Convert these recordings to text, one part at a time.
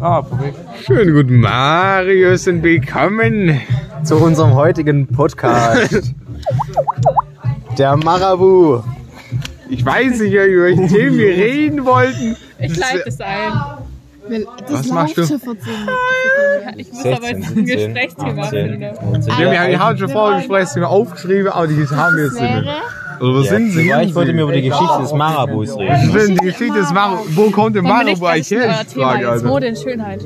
Ah, perfekt. Schönen guten Marius und willkommen. zu unserem heutigen Podcast. Der Marabu. Ich weiß nicht, über welche Themen wir reden wollten. Ich leite es ein. Das Was läuft machst du? schon vor zehn Minuten. Ich muss aber jetzt ein Gesprächsthema finden. Wir haben die Haut schon vorher Gesprächsthema aufgeschrieben, aber die haben wir jetzt nicht. Wäre Oder was sind sie? Ich wollte mir über die Geschichte des Marabus reden. Was ist denn die Geschichte des Maro. Wo kommt der Wollen wir Maro nicht, bei das ist euer her? Thema Frage, also. jetzt. Alter. Mode und Schönheit.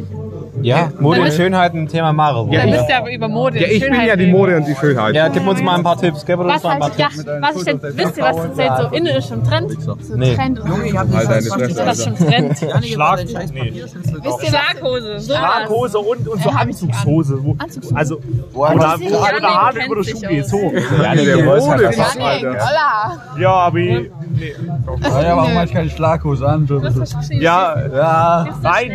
Ja, Mode und Schönheit ein Thema Marabu. Dann Ja, müsst ihr aber über Mode und Ja, ich Schönheit bin ja die reden. Mode und die Schönheit. gib uns mal ein paar Tipps. Gib uns Was mal ein halt, paar ja, Tipps. was ist denn, wisst ihr, was ist jetzt so in ist im Trend? so Nee. Trend und Halt deine Fresse, Was Alter. ist im Trend? Schlag, nee. Wisst ihr, Schlaghose. Sowas. Schlaghose und, und so Anzugshose. Wo, Anzugshose. Also, Woher oder, die oder, Janine oder Haare kennt oder sich Schuhe aus. jetzt hoch. Ja, der der Mode Mode. ist halt- einfach, Janik, Alter. hola. Ja, aber ich, Ja, aber auch manchmal keine Schlaghose an. So. Das ist verschieden. ja, Ja, nein,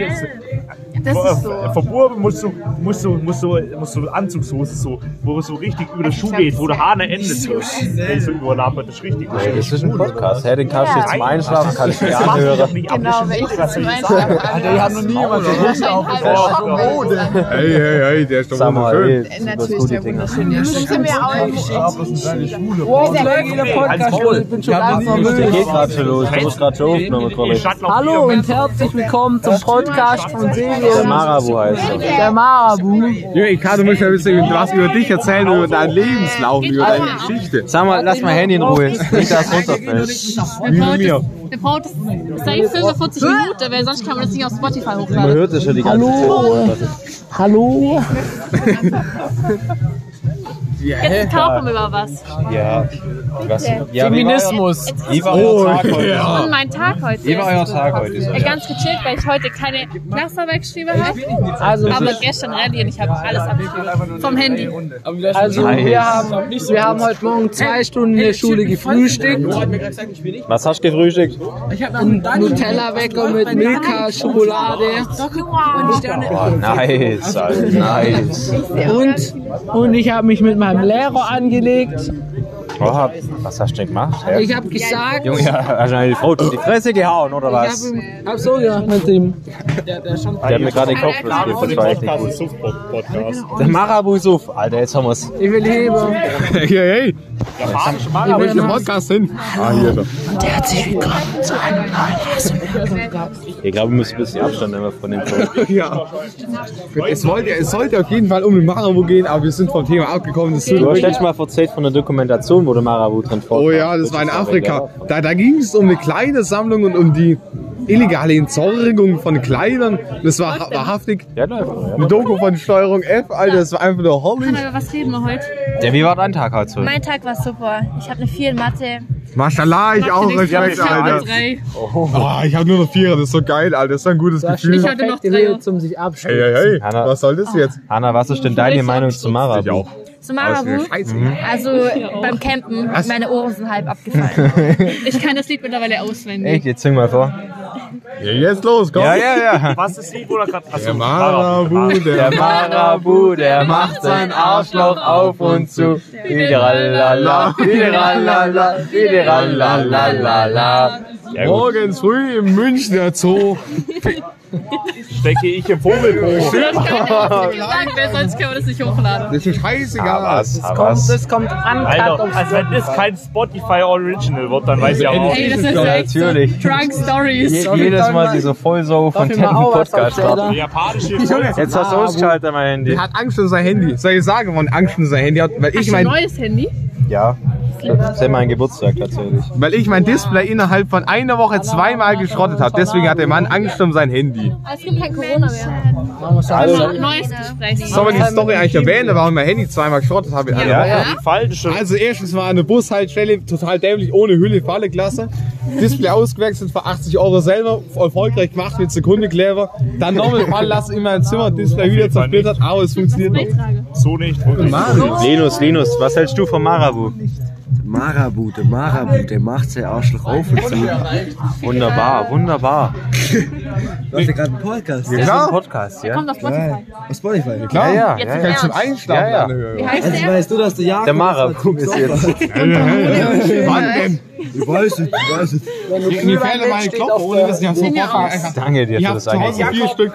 das, Das ist so. verbogen äh, musst du, musst du, musst du, musst du Anzugshose so, wo es so richtig über das Schuh geht, wo der Hahn endet. Wenn so überlappert, das ist richtig. Das ist ein Podcast. Hey, den kannst du jetzt zum Einschlafen, kannst du dir mach ich doch anhören. nicht ab. Genau, wenn ich das zum Einschlafen Alter, ich habe noch nie jemand so groß aufgefasst. anhabe. Hey, hey, hey, der ist doch Sag mal, wunderschön. ey, sind das Natürlich gute der Dinger. wunderschöne Müsste mir auch Ja, was ist deine Schule? Ich bin schon ganz Der nervös. geht gerade schon los. Du musst gerade schon aufgenommen, Colin. Hallo und Herzlich willkommen zum Podcast von Der Segeln Marabu heißt er. der Marabu. Junge, ich kann dir mal ein bisschen was über dich erzählen, über deinen Lebenslauf, über deine Geschichte. Sag mal, lass mal Handy in Ruhe. Nicht, dass es runterfällt. Wie bei mir. Wir brauchen das safe 45 Minuten, weil sonst kann man das nicht auf Spotify Man hochladen. hört das schon die ganze Zeit. Hallo. Jetzt kaufen wir mal was. Ja. Was? Ja, wie war Feminismus. Oh. wie war euer Tag heute? Und mein Tag heute Wie war ist euer Tag heute? so? äh, ganz gechillt, weil ich heute keine Klassenarbeit geschrieben habe. Also, Aber gestern Rallye und ich habe alles abgeschrieben. Vom Handy. also wir, haben, wir haben heute Morgen zwei Stunden in der Schule gefrühstückt. Was hast du gefrühstückt? Ein Nutella-Wecker mit Milka, Schokolade Oh, nice, Also, Alter, nice. und, und ich habe mich mit meinem Lehrer angelegt. Oh, was hast du denn gemacht? Ja. Ich habe gesagt, Junge, ja, hast du eine Frau in die Fresse gehauen, oder was? ich habe so gemacht mit dem. Der hat mir gerade den Kopf gespielt, das war echt nicht gut. Podcast ist Suchtpodcast. Der Marabu Suff, Alter, jetzt haben wir's. Ich will heben. Hey, hey, Ich will hey, machen. Podcast hin. Ah, hier ist er. Ich glaube, wir müssen ein bisschen Abstand nehmen von dem Ton. Ja. Es sollte, es sollte auf jeden Fall um den Marabu gehen, aber wir sind vom Thema abgekommen. Das tut mir Du hast leid. letztes Mal erzählt von der Dokumentation, wo der Marabu drin vorkam. oh ja, das war in ist aber Afrika. egal. Da, da ging es um eine kleine Sammlung und um die illegale Entsorgung von Kleidern. Das war ha- wahrhaftig Ja, läuft. eine Doku von Steuerung F, Alter. Das war einfach nur Kann Holly. man über was reden wir heute? Ja, wie war dein Tag heute? Mein Tag war super. Ich habe eine 4 in Mathe. Maschallah, ich auch. Ich, Ich habe noch Alter. drei. Oh, ich habe nur noch Vierer, das ist so geil, Alter. Das ist ein gutes Gefühl. hatte noch Perfekte drei. Höhe zum sich Hey, abstellen. hey, hey, Hanna- was soll das jetzt? Hanna, was ist denn deine Ich Meinung hab's zu Marabu? Ich auch. So Marabu. Scheiße. Also beim Campen, meine Ohren sind halb abgefallen. Ich kann das Lied mittlerweile auswendig. Echt, jetzt sing mal vor. Ja, jetzt los, komm. Ja, ja, ja. Was ist Lied oder gerade? Achso, Der Marabu, der Der Marabu, der macht sein Arschloch auf und zu. Dideralala, dideralala, dideralala. Ja, gut. Morgens früh im Münchner Zoo. Stecke ich im Das Vogelbuch. kann ich nicht sagen, weil sonst kann man das nicht hochladen. Das ist scheißegal. Was, Kommt, was? das kommt an, Alter, Cut auf also wenn das kein Spotify Original wird, dann weiß ich aber auch Ey, nicht. das ist Ja, echt so natürlich. Drunk Stories. Je, jedes Mal diese Vollsau von Darf ich mal dem auch was Podcast erzählen? starten. Japanische Jetzt hast du ausgeschaltet, mein Handy. Der hat Angst um sein Handy. Soll ich sagen, warum Angst um sein Handy hat? Weil ich Ich mein, ein neues Handy. Ja. Das ist mein Geburtstag tatsächlich. weil ich mein Display innerhalb von einer Woche zweimal geschrottet habe. Deswegen hat der Mann Angst um sein Handy. Es gibt kein Corona mehr. Also, Neues Gespräch. Soll man die Story eigentlich erwähnen, warum ich mein Handy zweimal geschrottet habe? in einer ja, Woche? ja. falsch. Also erstens war eine Bushaltestelle total dämlich, ohne Hülle, Falle, klasse. Display ausgewechselt für 80 Euro selber, erfolgreich gemacht mit Sekunde clever. Dann nochmal Falle lassen in meinem Zimmer, Display wieder zersplittert, aber es funktioniert noch. So nicht. wirklich. Linus, Linus, was hältst du von Marabu? Marabu, der Marabu, der macht sein Arschloch auf und zu. Du Wunderbar, wunderbar. hast ja gerade einen Podcast. Das ist klar. ein Podcast, ja? Kommt auf Spotify. Auf Spotify. Ja, Klar, Ja, ja, Du kannst zum Einschlafen Ja, ja. anhören. Also weißt du, dass der Jakob... Der Marabu ist jetzt. Wann denn? Ich weiß es, ich weiß es. Mir fehlen meine Klopfe, ohne dass ich auf so Vorfahrt einfach... Danke dir Ich für hab das zu Hause Angebot. vier Stück.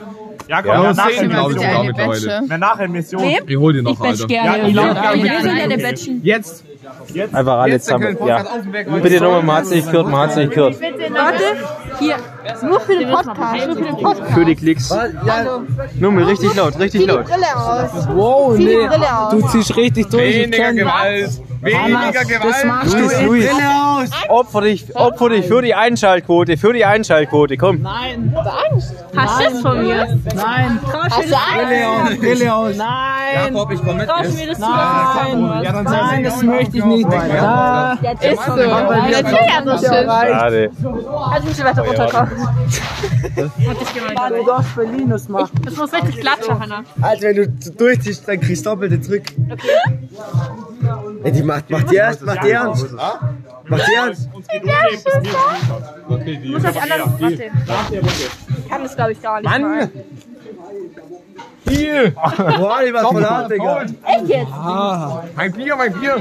Ja, komm, Ja, ja, das sehen, nachher glaub ich, eine sogar Mission. mittlerweile. Wäsche. Na, nachher Mission. Nee. Ich hol dir Ich noch, batch Alter. Ja, gerne. ich glaub, Ja, ich wir bin sind eine okay. Batchen. Jetzt! Jetzt. Einfach alle Jetzt der kleine zusammen. Podcast Ja. auf dem Weg. Bitte nochmal, man hat sich gehört, man hat sich gehört. Warte, hier. Nur für den Podcast. Nur für den Podcast. Für die Klicks. Nur mal richtig laut, richtig laut. Brille aus. Wow, Zieh die Oh, nee. Brille aus. Du ziehst richtig durch. Ich Weniger kenn- Gewalt! Weniger Das Gewalt! machst du Luis, Luis, opfer dich, opfer dich für die Einschaltquote, für die Einschaltquote, komm. Hast du das von mir? Nein. Traust du mir Brille aus! Nein! Jakob, ich komm mit. das zu? Nein. Ja, dann Nein, das möchte ich nicht. Ah, Ist so. Erzähl ja so schön. Schade. Also nicht weiter runterkommen. Das muss richtig klatschen, Hannah. Also wenn du durchziehst, dann kriegst du doppelte Trick. Okay. Die macht, macht die ernst, macht die ernst. Macht die ernst. Uns geht umgeben, bis wir sind. Muss das andere noch stehen. Ich kann das, glaube ich, gar nicht. Mann! Bier! Boah, die war von hart, Digga. Mein Bier, mein Bier!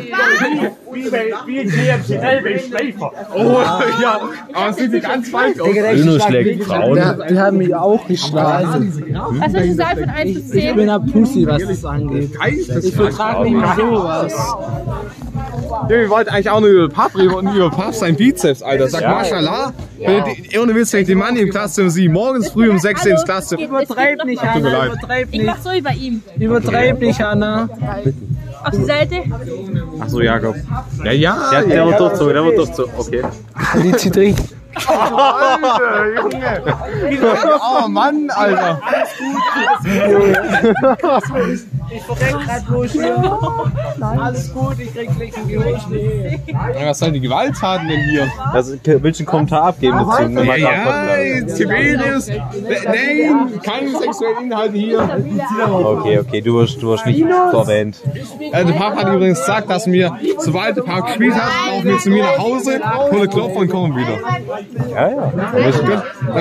Wie bei- wie KFC Elbe Schleifer. Oh, ja! Aber es sieht ganz falsch aus. Digga, der ist stark. schlägt Frauen. die haben mich auch geschlagen. Was würdest du sagen von 1 bis Ich 10? bin ein Pussy, was das angeht. Ich vertrag nicht mehr sowas. Junge, wir wollten eigentlich auch nur über Pap reden und über Pap sein Bizeps, Alter. Sag Maschallah. Wenn du die- Ohne Witz, wenn ich den Mann im Klassenzimmer sehe, morgens früh um 6 ins Klassenzimmer. Übertreib nicht, Tut mir Hanna. leid. Übertreib Ich nicht. mach so wie bei ihm. Übertreib nicht, Hanna. Auf die Seite. Achso, Jakob. Ja, ja. Der, der wird durchzogen, der wird durchzogen. Okay. Die zieht richtig. Oh Mann, Alter. Ich verreck grad bloß hier. Alles gut, ich krieg gleich einen Gehirnschnee. Was sollen die Gewalttaten denn hier? Also, willst du einen Kommentar abgeben dazu? also. Wenn Ah, Ja, man da ja, kommt, Tiberius. Nein, keine sexuellen Inhalte hier. dann- Okay, okay, du wirst, du wirst nicht verwendet. Äh, der Pap hat übrigens gesagt, dass wir, sobald der Pap gespielt hat, laufen wir zu mir nach Hause, holen Klopfer und kommen wieder. Ja, ja.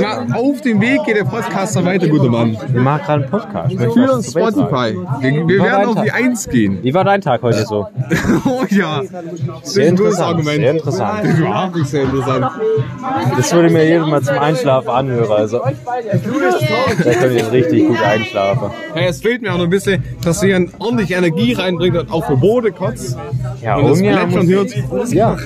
Dann auf dem Weg geht der Podcast dann weiter, guter Mann. Wir machen gerade einen Podcast. Ich möchte Für was zu Welt sagen. Spotify. Wir, wir werden auf die 1 gehen. Wie war dein Tag heute so? Oh ja. Das ist Sehr ein gutes interessant. Argument. Sehr interessant. Das ist überhaupt nicht sehr interessant. Das würde ich mir jedes Mal zum Einschlafen anhören. Also, da könnte ich jetzt richtig gut einschlafen. Hey, es fehlt mir auch noch ein bisschen, dass ihr ein- ordentlich Energie reinbringt und auf Verbote kotzt. Ja, Und das Ungarn Plätschern muss- hört. Ja,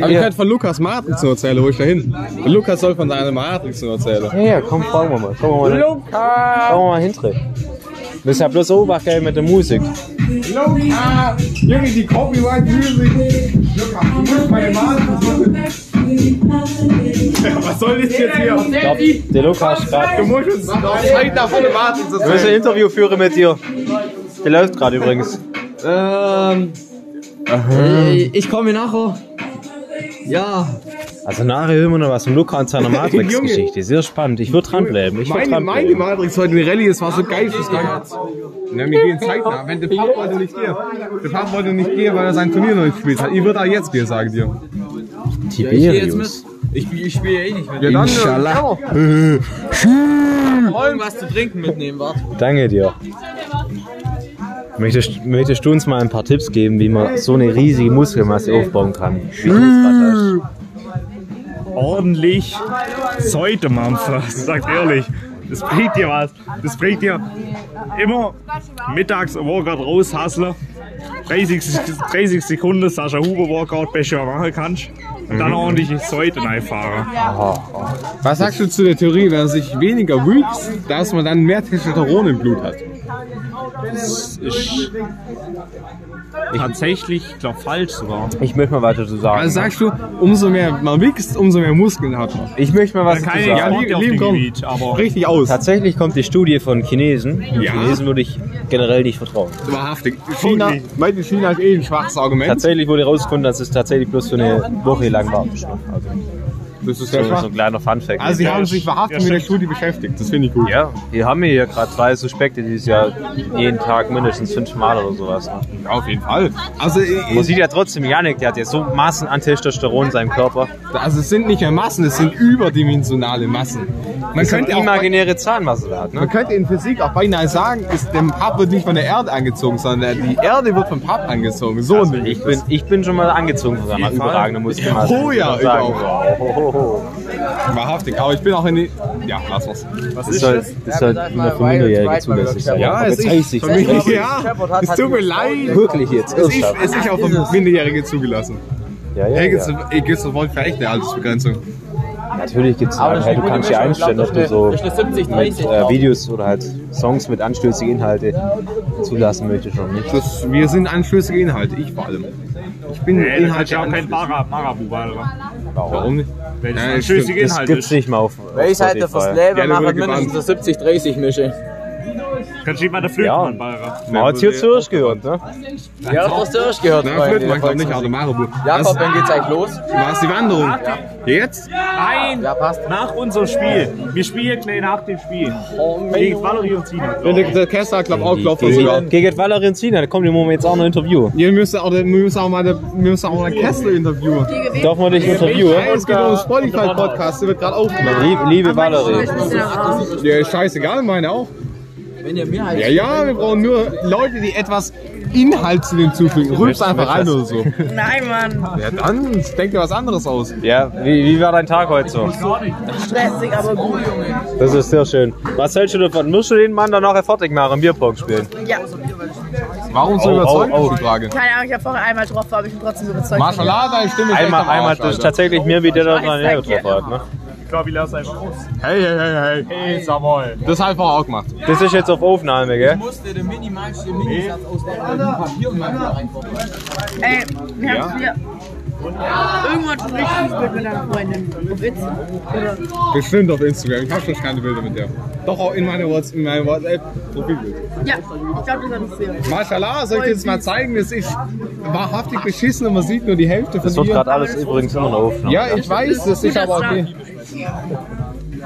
Aber ich könnte von Lukas Matrix nur erzählen, wo ich da hin. Lukas soll von seiner Matrix nur erzählen. ja, ja, komm, fragen wir mal. Schauen wir mal, Schauen wir mal hintere. Bist ja bloß obergeil mit der Musik. Lukas! Ah, Junge, die Copyright Music! Lukas, du musst meine Matrix Was soll das jetzt hier? Ich glaub, der Lukas ist gerade. musst uns Zeit davon Matrix Wir müssen ein Interview führen mit dir. Der läuft gerade übrigens. Ähm. äh, Ich komme nachher. Ja. Also nachher hören wir noch was vom Luca und seiner Matrix-Geschichte. Sehr spannend. Ich würde dranbleiben. Ich würde Meine, meine dranbleiben. Matrix heute in Rallye, das war so geil fürs Ganze. Na, wir gehen zeitnah. Wenn der Pap wollte nicht gehen. Der Pap wollte nicht gehen, weil er sein Turnier noch nicht gespielt hat. Ich würde auch jetzt gehen, sage ich dir. Tiberius. Ich, ich spiele eh nicht mit. Ja, dann, äh, Inshallah. Wollen was zu trinken mitnehmen, warte. Danke dir. Möchtest, möchtest du uns mal ein paar Tipps geben, wie man so eine riesige Muskelmasse aufbauen kann? Wie du es gerade hast. Ordentlich sollte man fast, sagt ehrlich. Das bringt dir was. Das bringt dir immer mittags ein Workout raushasseln. 30, Sek- 30 Sekunden Sascha Huber Workout, besser machen kannst. Und dann ordentlich ins Zeug einfahren. Was sagst du zu der Theorie, wenn man sich weniger rügt, dass man dann mehr Testosteron im Blut hat? ist tatsächlich, glaube falsch sogar. Ich möchte mal was dazu sagen. Also sagst du, umso mehr man wächst, umso mehr Muskeln hat man. ich möchte mal was dazu Keine sagen. Ja, Sport lieb- auf lieben dem komm. Gebiet, aber Richtig aus. Tatsächlich kommt die Studie von Chinesen. Ja. Chinesen würde ich generell nicht vertrauen. Wahrhaftig. China, meinte China ist eh ein schwaches Argument. Tatsächlich wurde rausgefunden, dass es tatsächlich bloß für eine Woche lang war. Also Das ist sehr so, so schwach. ein kleiner Funfact. Also sie haben sich wahrhaftig mit der Studie beschäftigt. Das finde ich gut. ja, wir haben hier gerade drei Suspekte dieses Jahr jeden Tag mindestens fünfmal oder sowas. Ne? Auf jeden Fall. Also, äh, Man sieht ja trotzdem, Janik, der hat jetzt so Maßen an Testosteron in seinem Körper. also es sind nicht mehr Massen, es sind überdimensionale Massen. Man Eine könnte, auch, man imaginäre Zahnmasse da hat, ne? könnte in Physik auch beinahe sagen, ist, der Papp wird nicht von der Erde angezogen, sondern die Erde wird vom Papp angezogen. So Also nämlich. ich bin, ich bin schon mal angezogen von seiner überragenden Muskelmasse. Oh ja, muss ich sagen. ich Wow. Wahrhaftig, aber ich bin auch in die. Ja, lass was. Was Das ist soll, das? das soll nur für Minderjährige zulässig sein. Ja, Aber es jetzt ist. richtig. Ja, es halt tut mir leid. Wirklich jetzt. Es ist, Ernsthaft. es ist auf Minderjährige zugelassen. Ja, ja, Hey, ja. gibt's, hey, gibt's sofort für echt eine Altersbegrenzung? Natürlich gibt es hey, Du kannst ja einstellen, ob du so mit, äh, Videos oder halt Songs mit anstößigen Inhalten zulassen möchtest oder nicht. Das, wir sind anstößige Inhalte, ich vor allem. Ich bin Nee, da Inhalte kannst du auch kein anstößig. Mara- Marabu oder? Warum nicht? Wenn Ja, stimmt. es schlüssige Das Inhalte gibt's ist. nicht mal auf, auf Weil ich halt fürs Spotify. Leben Ja, da wurde machen gebannt. mindestens 70-30 mische. Kannst du nicht mal der Flöten Ja. an, Mara? Man hat's hier zuerst gehört, ne? Ja, hast du erst gehört, Na, Freunde. Flöten der macht auch nicht Volksmusik. Auto Marabu. Jakob, das dann geht's eigentlich los. war's die Wanderung. Jetzt? Nein! Ja, passt. Nach unserem Spiel. Wir spielen gleich nach dem Spiel. Gegen Valerie und Tina. Wenn der, der Kessler klappt auch, klappt er sogar. Gegen, gegen Valerian Zina, da kommt im Moment jetzt auch noch ein Interview. Ihr müsst auch, den- wir müssen auch mal, den- wir müssen auch mal Kessler interviewen. Darf man dich interviewen? Hey, es geht um den Spotify-Podcast, der wird gerade aufgenommen. Lieb, liebe Valerie, Ja, ist scheißegal, meine auch. Wenn ihr mir halt Ja, ja, wir brauchen nur Leute, die etwas Inhalt zu dem zufügen. Rülps einfach rein oder so. Nein, Mann. Ja, dann denk dir was anderes aus. ja, wie, wie war dein Tag heute so? Stressig, aber gut. Das ist sehr schön. Was hältst du davon? Musst du den Mann dann nachher fertig machen, Bierpong spielen? Ja, Warum so Oh, oh, überzeugt, oh. ist die Frage. keine Ahnung, ich habe vorher einmal drauf, war, aber ich bin trotzdem so überzeugt. Maschallah, deine Stimme ist Einmal, echt am Arsch, einmal, das ist Alter. tatsächlich mir wie der da dran Weiß, drauf danke. hat. Ne? Ich glaube, ich lasse einfach aus. Hey, hey, hey, hey. Hey, Samuel. Das hat vorher auch gemacht. Das ist jetzt auf Aufnahme, gell? musste den minimalsten Minisatz aus der Papier und reinkommen. Ey, wir haben hier. Irgendwann schon richtig gut mit meiner Freundin. Ob Witz oder Bestimmt auf Instagram. Ich habe schon keine Bilder mit der. Doch auch in meiner WhatsApp, in meinem WhatsApp-Profilbild. Ja, ich glaube, das hat es Maschallah, soll ich dir jetzt mal zeigen, das ist wahrhaftig beschissen und man sieht nur die Hälfte von Das wird gerade dir. alles übrigens immer noch aufgenommen. Ja, ich weiß, das ist aber okay.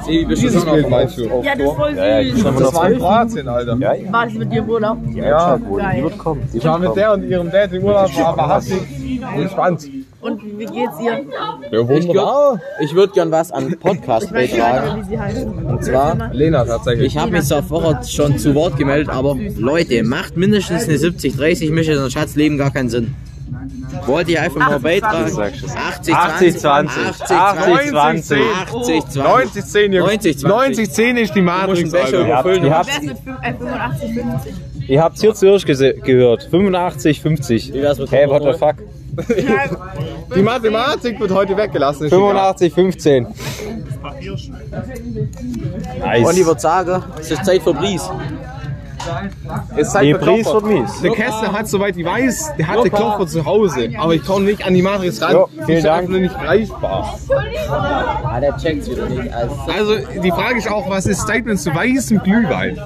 Dieses Bild meinst du? Ja, das ist voll süß. Ja, ja, ich bin immer Das noch war in Kroatien, Alter. Ja, ja, War das mit dir im Urlaub? ja, wohl. Geil. Die wird kommen. Die Ich war wird mit kommen. der und ihrem Dad im Urlaub, war wahrhaftig entspannt. Und wie geht's ihr? Ja, Genau. wunderbar. Ich würde gern was an Podcast Ich weiß gar nicht beitragen. mehr, wie sie heißt. Und zwar- Lena tatsächlich. Ich habe mich zur Woche schon zu Wort gemeldet, aber Leute, macht mindestens eine 70-30-Mische, sonst hat's Leben gar keinen Sinn. Wollte ich einfach mal beitragen. 80, 80, 20. 80, 20. 80, 20. 90, 10, Jungs. 90, 20. 90, 10 ist die Matrix, musst einen Becher Alter. Ihr habt, ihr habt, Wer ist mit fünf- äh, 85, 50? ihr habt's hier zuerst gese- gehört. 85, 50. Wie wär's mit Hey, what the fuck? Die Mathematik wird heute weggelassen. ist egal. 85, 15. Und ich Nice. würde sagen, es ist Zeit für Bries. Es zeigt Die der Pries Klopfer. wird mies. Der Kessler hat, soweit ich weiß, der hat den Klopfer zu Hause. Aber ich komme nicht an die Matrix ran. Also, Jo, Die vielen ist Dank. einfach nur nicht greifbar. Ah, der checkt's wieder nicht. Also, Also, die Frage ist auch, was ist Statement zu weißem Glühwein? ich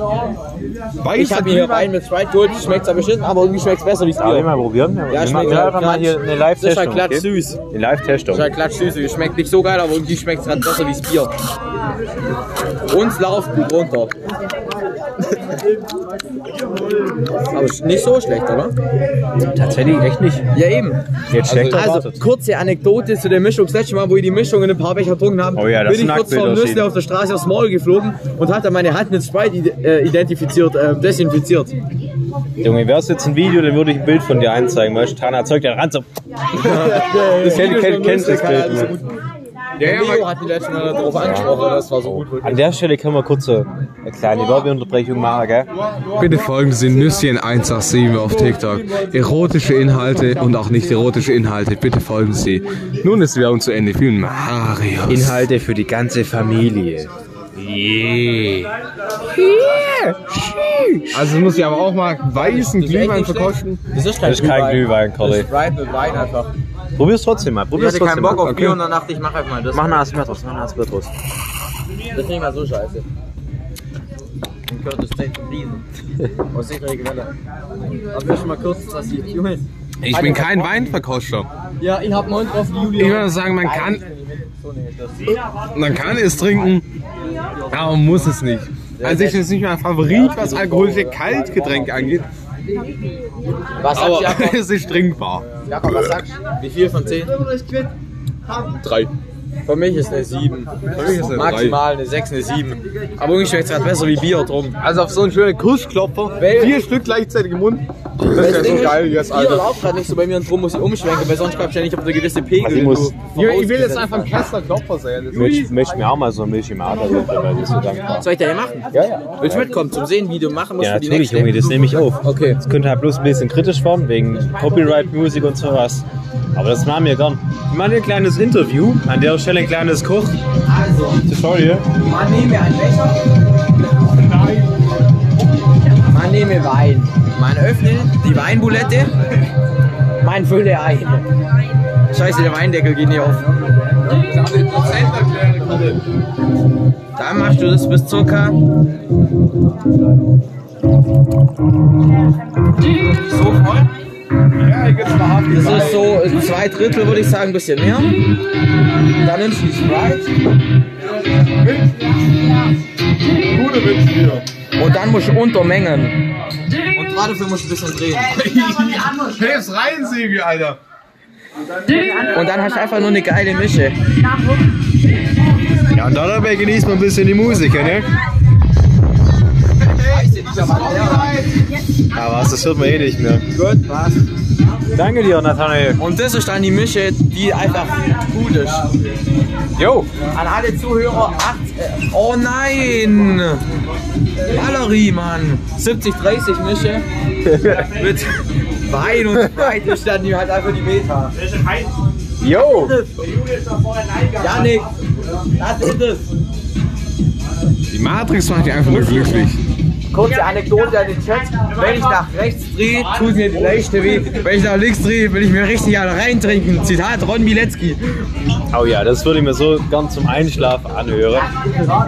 Weißer habe hier Glühwein? Wein mit Sprite geholt, schmeckt's aber beschissen, aber irgendwie schmeckt's besser wie Aber wir mal Bier. probieren. Wir Ja, machen schmeckt wir einfach halt mal hier klatsch. eine Das ist halt Live-Testung. klatsch Okay? süß. Eine Live-Testung. Ist halt klatsch süß, schmeckt nicht so geil, aber irgendwie schmeckt's halt besser wie Bier. Uns läuft gut runter. aber ist nicht so schlecht, oder? Tatsächlich echt nicht. Ja, eben. Jetzt schlecht Also, erwartet. kurze Anekdote zu der Mischung. Das letzte Mal, wo ich die Mischung in ein paar Becher getrunken habe, Oh ja, das bin ich sind kurz vor Nacktbilder, Nüssle auf der Straße aufs Maul geflogen und hatte meine Hand mit Sprite ide- äh, identifiziert, äh, desinfiziert. Junge, wär's jetzt ein Video, dann würde ich ein Bild von dir einzeigen. Weißt du, Tana zeugt ja ran so. Das kennt, kennt, kennt das Kann alles Bild. gut. ne? Ja, ja, Leo aber- hat die letzte Mal darauf angesprochen, das war so gut. An der Stelle können wir kurz so eine kleine Werbeunterbrechung machen, gell? Bitte folgen Sie Nüsschen 187 auf TikTok. Erotische Inhalte und auch nicht erotische Inhalte, bitte folgen Sie. Nun ist Werbung zu Ende. Vielen Marius. Inhalte für die ganze Familie. Also muss ich aber auch mal weißen Glühwein verkosten. Das ist Das ist kein Glühwein, Corey. Sprite mit Wein einfach. Probier's trotzdem mal. Ich Probier's hatte trotzdem keinen Bock mal. auf Bier und dann dachte ich, mach einfach mal das. Mach nass, mach draus, mach nass, mach draus. Das ist nicht mal so scheiße. Ich höre das Zeit von Riesen. Aus sicherer Quelle. Aber wir schon mal kurz, dass die Jungs. Ich bin kein Weinverkoster. Ja, ich hab neun drauf, Ich Julia. würde sagen, man kann, man kann es trinken, aber man muss es nicht. Also ich ist nicht mein Favorit, was alkoholische Kaltgetränke angeht, Was sagst aber du, Jakob? es ist trinkbar. Jakob, was sagst du? Wie viel von zehn? Drei. Für mich ist eine 7. Maximal eine 6, eine 7. Aber irgendwie schmeckt es gerade besser wie Bier drum. Also auf so einen schönen Kussklopfer. Vier Stück gleichzeitig im Mund. Das Also wäre so geil jetzt, Bier Alter. läuft gerade nicht so bei mir und drum muss ich umschwenken, weil sonst kommst du ja nicht auf eine gewisse Pegel. Also ich wenn muss- du Ich, ich will jetzt vorausgesetzt einfach einen Kessler Klopfer sein. Das ist- Ich möchte mir auch mal so eine Milch im Adler drin, weil das so dankbar. Soll ich da hier machen? Ja, ja. Willst du mitkommen zum Sehen, wie du machen musst Ja, für die natürlich, nächste? Junge, das nehme ich auf. Okay. Das könnte halt bloß ein bisschen kritisch werden, wegen Copyright-Musik und sowas. Aber das machen wir gern. Ich mache ein kleines Interview, an der Stelle ein kleines Koch. Also. Tutorial. Man nehme Wein. Man öffne die Weinbulette. Man fülle ein. Scheiße, der Weindeckel geht nicht auf. Dann machst du das bis circa. So voll. Das ist so zwei Drittel, würde ich sagen, ein bisschen mehr. Dann nimmst du die Sprite. Gute Wünsche hier. Und dann musst du untermengen. Und gerade dafür musst du ein bisschen drehen. Chefs rein, Sebi, Alter. Und dann hast du einfach nur eine geile Mische. Ja, und dann dabei genießt man ein bisschen die Musik, ne? Aber was, das hört man eh nicht mehr. Gut, was? Danke dir, Nathanael. Und das ist dann die Mische, die einfach gut ist. Jo. An alle Zuhörer, acht. Äh, oh nein! Valerie, Mann! 70-30 Mische. Mit Wein und Sprite ist dann die halt einfach die Meta. Jo. Janik, das ist es. Die Matrix macht dich einfach nur glücklich. Kurze Anekdote an den Chat. Wenn ich nach rechts drehe, tut mir die leichte weh. Wenn ich nach links drehe, will ich mir richtig alle reintrinken. Zitat Ron Bilecki. Oh ja, das würde ich mir so gern zum Einschlafen anhören.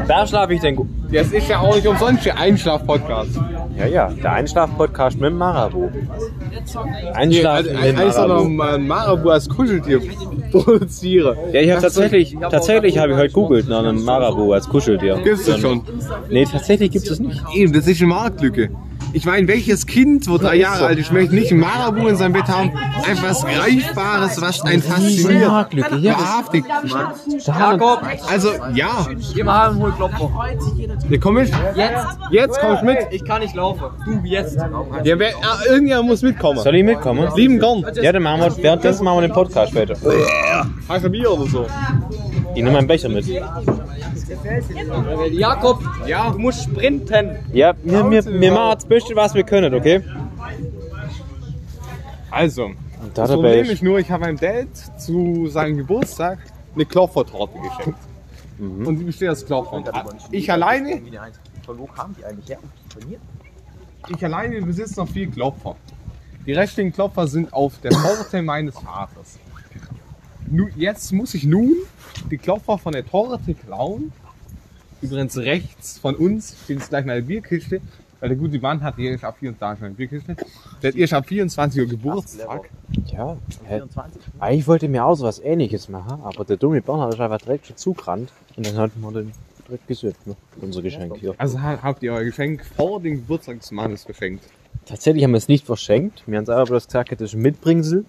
Da schlafe ich denn gut. Das ist ja auch nicht umsonst der Einschlaf-Podcast. Ja, ja, der Einschlaf-Podcast mit dem Marabu. Einschlafen also, mit dem eigentlich soll Marabu. man mal ein Marabu als Kuscheltier produzieren. Ja, ich habe tatsächlich, tatsächlich habe ich heute googelt nach einem Marabu als Kuscheltier. Gibt's das schon? Nee, tatsächlich gibt es nicht. Eben, das ist eine Marktlücke. Ich meine, welches Kind, wo drei Jahre alt ist, möchte nicht ein Marabu in seinem Bett haben? Einfach was Greifbares, was einen fasziniert. Marktlücke, ja. Wahrhaftig. Jakob, Also, ja. geh mal und hol Klopfer. Ja, komm mit. Jetzt! Jetzt kommst du mit. Ich kann nicht laufen. Du jetzt! Ja, wer, ah, irgendjemand muss mitkommen. Soll ich mitkommen? Lieben gern. Ja, dann machen wir, währenddessen machen wir den Podcast später. Hast du Bier oder so? Ich nehme meinen Becher mit. Jakob, ja. du musst sprinten. Ja, wir, wir, wir machen das Beste, was wir können, okay? Also, das dabei Problem ist- ist nur, ich habe meinem Dad zu seinem Geburtstag eine Klopfertorte geschenkt. Und die besteht aus Klopfern. Ich alleine, Von wo kamen die eigentlich her? Von mir? ich alleine besitze noch vier Klopfer. Die restlichen Klopfer sind auf der Torte meines Vaters. Nu, jetzt muss ich nun die Klopfer von der Torte klauen. Übrigens rechts von uns steht jetzt gleich meine Bierkiste. Weil der gute Mann hat hier, ich habe 24 Uhr Bierkiste. Der hat, ich habe 24 Uhr Geburtstag. Ja, hä? eigentlich wollte ich mir auch so was ähnliches machen, aber der dumme Bernhard ist einfach direkt schon zugerannt und dann hat man den direkt gesübt, ne? unser Geschenk hier. Also ha- habt ihr euer Geschenk vor dem Geburtstag des Mannes verschenkt. Tatsächlich haben wir es nicht verschenkt, wir haben es einfach bloß gesagt, das ist ein Mitbringsel.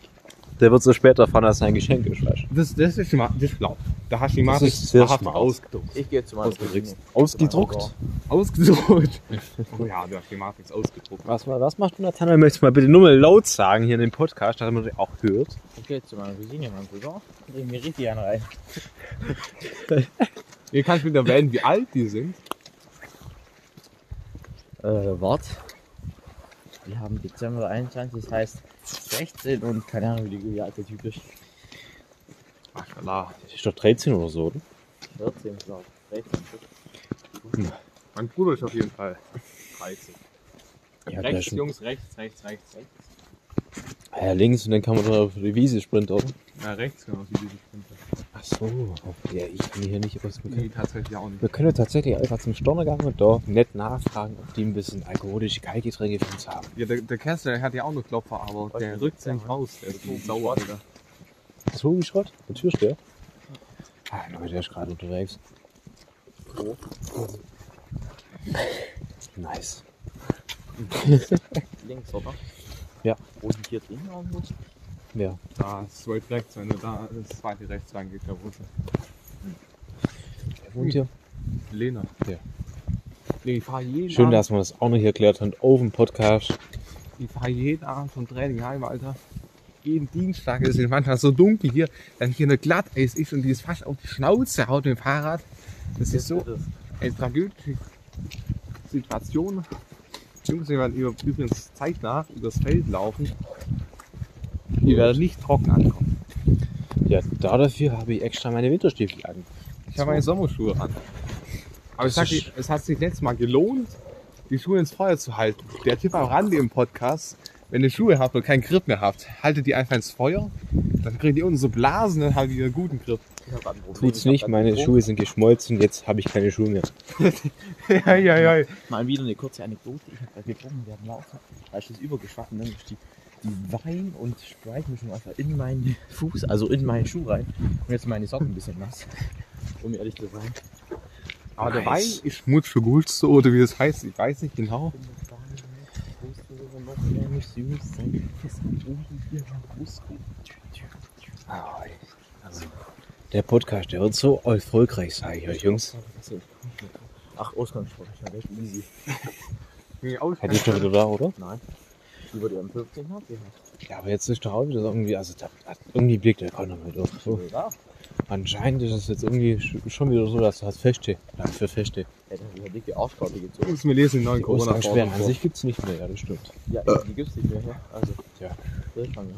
Der wird so später erfahren, dass es ein Geschenk ist, weißt du? Das, das ist schma- das ist schlau. Da hast du die Das Matrix ist sehr wahrhaftig schlau. ausgedruckt. Ich gehe zu meinem Cousin. Ausgedruckt? Ausgedruckt? oh ja, du hast die Matrix ausgedruckt. Was, ma- was machst du, Nathanael? Möchtest du mal bitte nur mal laut sagen hier in dem Podcast, dass man das auch hört? Ich gehe zu meiner Cousine, meinem Cousin. Ich mir richtig einen rein. Ihr kannst mit erwähnen, wie alt die sind. Äh, wart. Wir haben Dezember 21, das heißt 16 und keine Ahnung, wie die- wie alt der Typ ist. Maschallah. Das ist doch 13 oder so, oder? 14, glaube ich. 13. Mein Bruder ist auf jeden Fall 13. Ja, der ist rechts, schon- Ah, Jungs, rechts, rechts, rechts, rechts. Ja, links und dann kann man doch auf die Wiese sprinten, oder? Ja, rechts, genau, wie diese Spinte. Ach so, ja, ich kann hier nicht aus dem Nee, tatsächlich auch nicht. Wir können tatsächlich einfach zum Stornergang und dort nett nachfragen, ob die ein bisschen alkoholische Kaltgetränke für uns haben. Ja, der, der Kessler der hat ja auch noch Klopfer, aber der rückt sich nicht raus. Der ist so sauer, Alter. So geschrott? Der Türsteher? Ah, Leute, der ist gerade unterwegs. Nice. Links, oder? Ja. Wo sind hier drin irgendwo? Ja. Da ist weit rechts, wenn du da das zweite rechts reingeht, der Russe. wohnt hier? Lena. Ja. Ich fahre jeden, Schön, Abend- dass wir das auch noch hier erklärt haben auf dem Podcast. ich fahr jeden Abend vom Training heim, Alter. Jeden Dienstag ist es manchmal so dunkel hier, dann hier eine Glatteis ist und die ist fast auf die Schnauze haut mit dem Fahrrad. Das ist so eine tragödische Situation. Jungs, wenn man über, übrigens zeitnah übers Feld laufen, ihr werdet nicht trocken ankommen. Ja, da dafür habe ich extra meine Winterstiefel an. Ich habe meine Sommerschuhe an. Aber es hat, sich, es hat sich letztes Mal gelohnt, die Schuhe ins Feuer zu halten. Der Tipp am Rande im Podcast, wenn ihr Schuhe habt und keinen Grip mehr habt, haltet die einfach ins Feuer, dann kriegt ihr unten so Blasen, dann habt ihr wieder einen guten Grip. Tut's nicht, meine Schuhe sind geschmolzen, jetzt habe ich keine Schuhe mehr. ja, ja, ja. Mal wieder eine kurze Anekdote. Ich habe gebrochen, wir haben laufen, da ist es übergeschwappt und dann ist die, die Wein- und Sprite-Mischung einfach in meinen Fuß, also in meinen Schuh rein. Und jetzt sind meine Socken ein bisschen nass, um ehrlich zu sein. Aber der Wein ist Mut für Gulste oder wie das heißt, ich weiß nicht genau. Der Podcast, der wird so erfolgreich, sage ich euch, Jungs. Ach, Ausgangssprung, ich habe echt easy. Hätte ich schon wieder da, oder? Über die M15 habt ihr halt. Ja, aber jetzt ist doch auch wieder so irgendwie, also da hat irgendwie blickt der keiner mehr durch. So. Anscheinend ist es jetzt irgendwie sch- schon wieder so, dass du hast Feste, ja, für Feste. Ey, das ist eine dicke Arschkarte Ich gezogen. muss mir lesen, den neuen Die Ausgangssperren an Corona-Vorschlag. sich gibt's nicht mehr, ja, das stimmt. Ja, ey, die gibt's nicht mehr, ja. Also, Ja. das ist schon geil.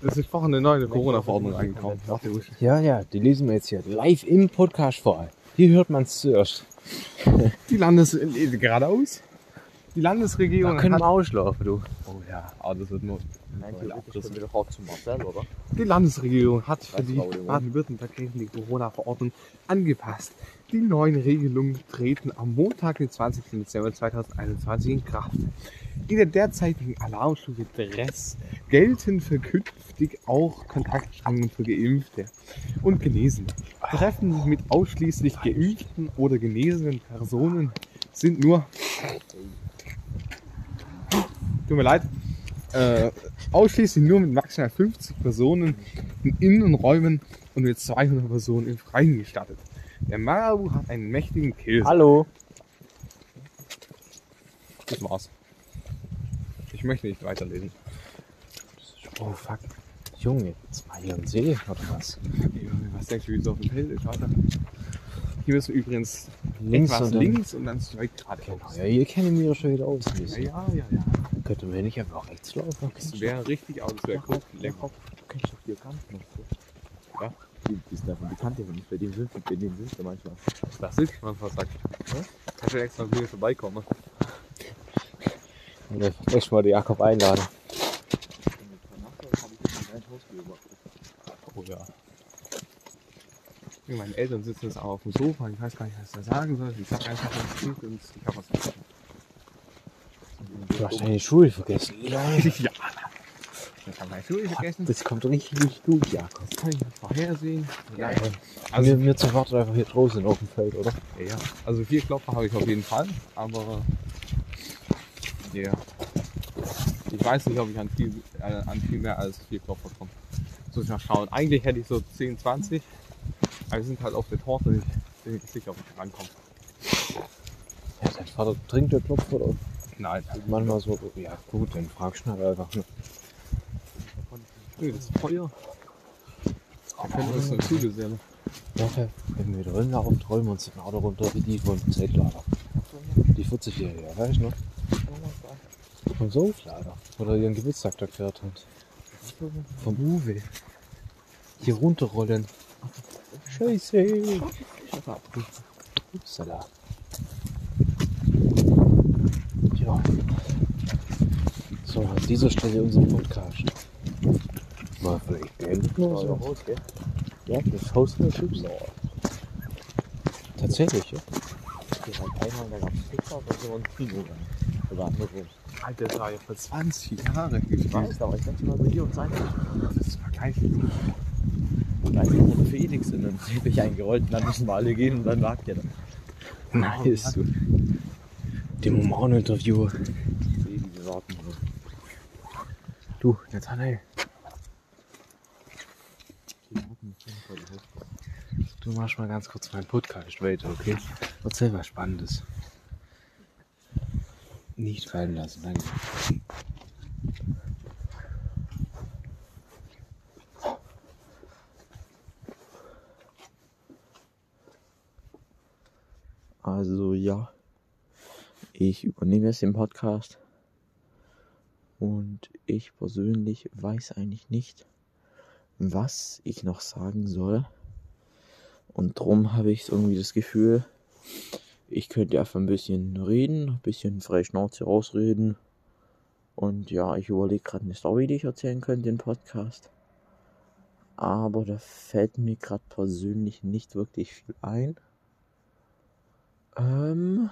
Das ist vorhin eine neue Corona-Verordnung reingekommen. Warte, Usch. Ja, ja, die lesen wir jetzt hier live im Podcast vor allem. Hier hört man es zuerst. Die Landes... äh, geradeaus? Die Landesregierung hat... auslaufen, du. Oh ja, ah, das wird nur... Nein, theoretisch können wir doch auch zum Marcel, oder? Die Landesregierung hat für Das die war wohl der Baden-Württemberg die Corona-Verordnung angepasst. Die neuen Regelungen treten am Montag, den 20. Dezember 2021 in Kraft. In der derzeitigen Alarmstufe 3 gelten verkünftig auch Kontaktschranken für Geimpfte und Genesene. Treffen mit ausschließlich geimpften oder genesenen Personen sind nur... Tut mir leid. Äh, ausschließlich nur mit maximal 50 Personen in Innenräumen und mit 200 Personen im Freien gestattet. Der Marabu hat einen mächtigen Kill. Hallo. Das war's. Ich möchte nicht weiterlesen. Oh fuck. Junge, jetzt mal hier im See oder was? Was denkst du, wie es auf dem Feld ist? Alter? Hier müssen wir übrigens Links etwas und dann- links und dann zwei Grad. Genau, ja, hier kennen wir ja schon wieder aus. Ja, ja, ja. ja. Könnte man nicht einfach rechts laufen? Das wäre richtig aus. Das wäre cool. Lecker. Du kennst doch die Erkannten noch so. Ja. Die, die ist davon bekannt, ja, wenn ich bei denen sind, bei denen sind wir manchmal. Das ist, man fast sagt. Kannst du extra wieder vorbeikommen? Oder echt mal den Jakob einladen. Oh ja. Meine Eltern sitzen jetzt auch auf dem Sofa. Ich weiß gar nicht, was ich da sagen soll. Ich sag einfach, was gut und ich hab was gesagt. Du hast deine Schuhe vergessen. Leute, Ja. Ich habe meine Schuhe vergessen. das kommt richtig gut, Jakob. Das kann ich nicht vorhersehen. Ja, Also, mir, mir zerfahrt einfach hier draußen auf dem Feld, oder? ja. Also vier Klopfer habe ich auf jeden Fall, aber ja. Ich weiß nicht, ob ich an viel, äh, an viel mehr als vier Klopfer komme. Muss ich mal schauen. Eigentlich hätte ich so 10, 20. Aber wir sind halt auf der Torte. Ich bin nicht sicher, ob ich rankomme. Ja, dein Vater trinkt der Knopf oder Nein. manchmal so. Ja, gut, dann fragst du ihn halt einfach. Ne? Nö, das ist Feuer. Wir können uns eine Zügelsäle. Leute, wenn wir wieder rumlaufen, träumen wir uns den Auto runter wie die von Zeltlader. Die 40-Jährige, weißt du noch? Vom Souflader. Oder ihren Geburtstag da gehört hat. Vom Uwe. Hier runterrollen. Scheiße. Upsala. Ja. So, an dieser Stelle unser Podcast. Mal vielleicht beendet noch so. Ja, das Haus der Chips. Tatsächlich, ja. Alter, das war ja vor 20 Jahren. Ich weiß, Aber ich denke mal bei dir und sein. das war gleich. Und dann ist noch Felix in den Teppich eingerollt und dann müssen wir alle gehen und dann lag der da. Nice. Dem Morgen-Interview. Du, Nathanael. du machst mal ganz kurz meinen Podcast weiter, okay? Erzähl was Spannendes. Nicht fallen lassen, danke. Also ja, ich übernehme jetzt den Podcast und ich persönlich weiß eigentlich nicht, was ich noch sagen soll. Und drum habe ich irgendwie das Gefühl, ich könnte einfach ein bisschen reden, ein bisschen freie Schnauze rausreden. Und ja, ich überlege gerade eine Story, die ich erzählen könnte im Podcast. Aber da fällt mir gerade persönlich nicht wirklich viel ein. Ähm,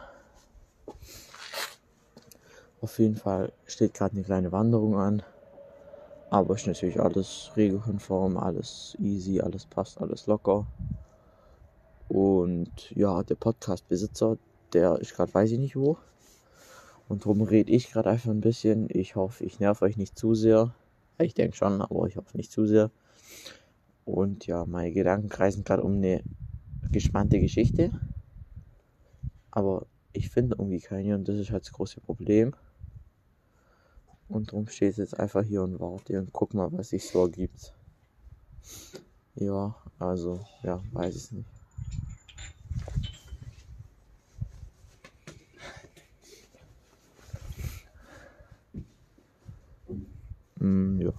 auf jeden Fall steht gerade eine kleine Wanderung an. Aber ist natürlich alles regelkonform, alles easy, alles passt, alles locker. Und ja, der Podcast-Besitzer, der ist gerade, weiß ich nicht wo. Und drum rede ich gerade einfach ein bisschen. Ich hoffe, ich nerv euch nicht zu sehr. Ich denke schon, aber ich hoffe nicht zu sehr. Und ja, meine Gedanken kreisen gerade um eine gespannte Geschichte aber ich finde irgendwie keine und das ist halt das große Problem. Und darum stehe ich jetzt einfach hier und warte und guck mal, was sich so ergibt. Ja, also, ja, weiß ich nicht. Hm, ja.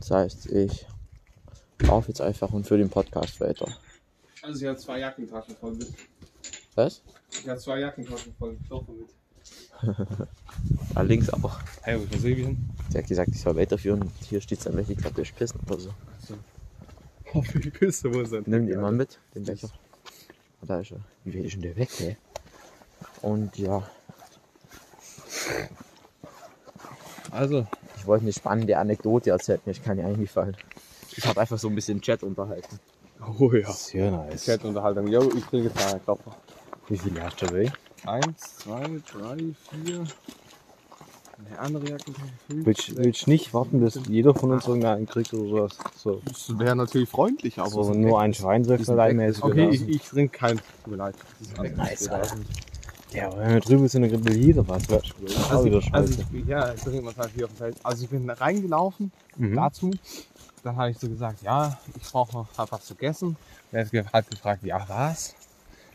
Das heißt, ich laufe jetzt einfach und für den Podcast weiter. Also sie hat zwei Jackentaschen voll mit. Was? Sie hat zwei Jackentaschen voll Stoffe mit. Allerdings auch. Hey, wo ist Silvien? Sie hat gesagt, ich soll weiterführen. und Hier steht es dann weg. Ich glaube, der ist pissen oder so. Oh, für die Piste, wo ist er? Nimm den mal mit, den Becher. Ah, Da ist er. Wie viel ist denn der weg, ey? Und ja, Also, ich wollte eine spannende Anekdote erzählen. Mir ist keine eingefallen. Ich habe einfach so ein bisschen Chat unterhalten. oh ja. Sehr nice. Chat-Unterhaltung. Jo, ich trinke zwei Klopfer. Wie viel hast du dabei? Eins, zwei, drei, vier. Eine andere Jackentasche. fünf, Willst, willst nicht warten, bis jeder von uns irgendeinen kriegt oder sowas? So, Das wäre natürlich freundlich, aber. so nur ein Schwein soll alleinmäßig Okay, ich, ich trinke keinen. Tut mir leid. Das ist anders. Nice, Alter. Ja, aber wenn wir drüber sind, dann gibt es jeder was. Das ist auch Also, wieder ich, also scheiße. ich, ja, ich trinke mal halt hier auf dem Feld. Also ich bin reingelaufen Mhm. dazu. Dann habe ich so gesagt, ja, ich brauche noch hab was zu essen. Er hat ge- hat gefragt, ja, was?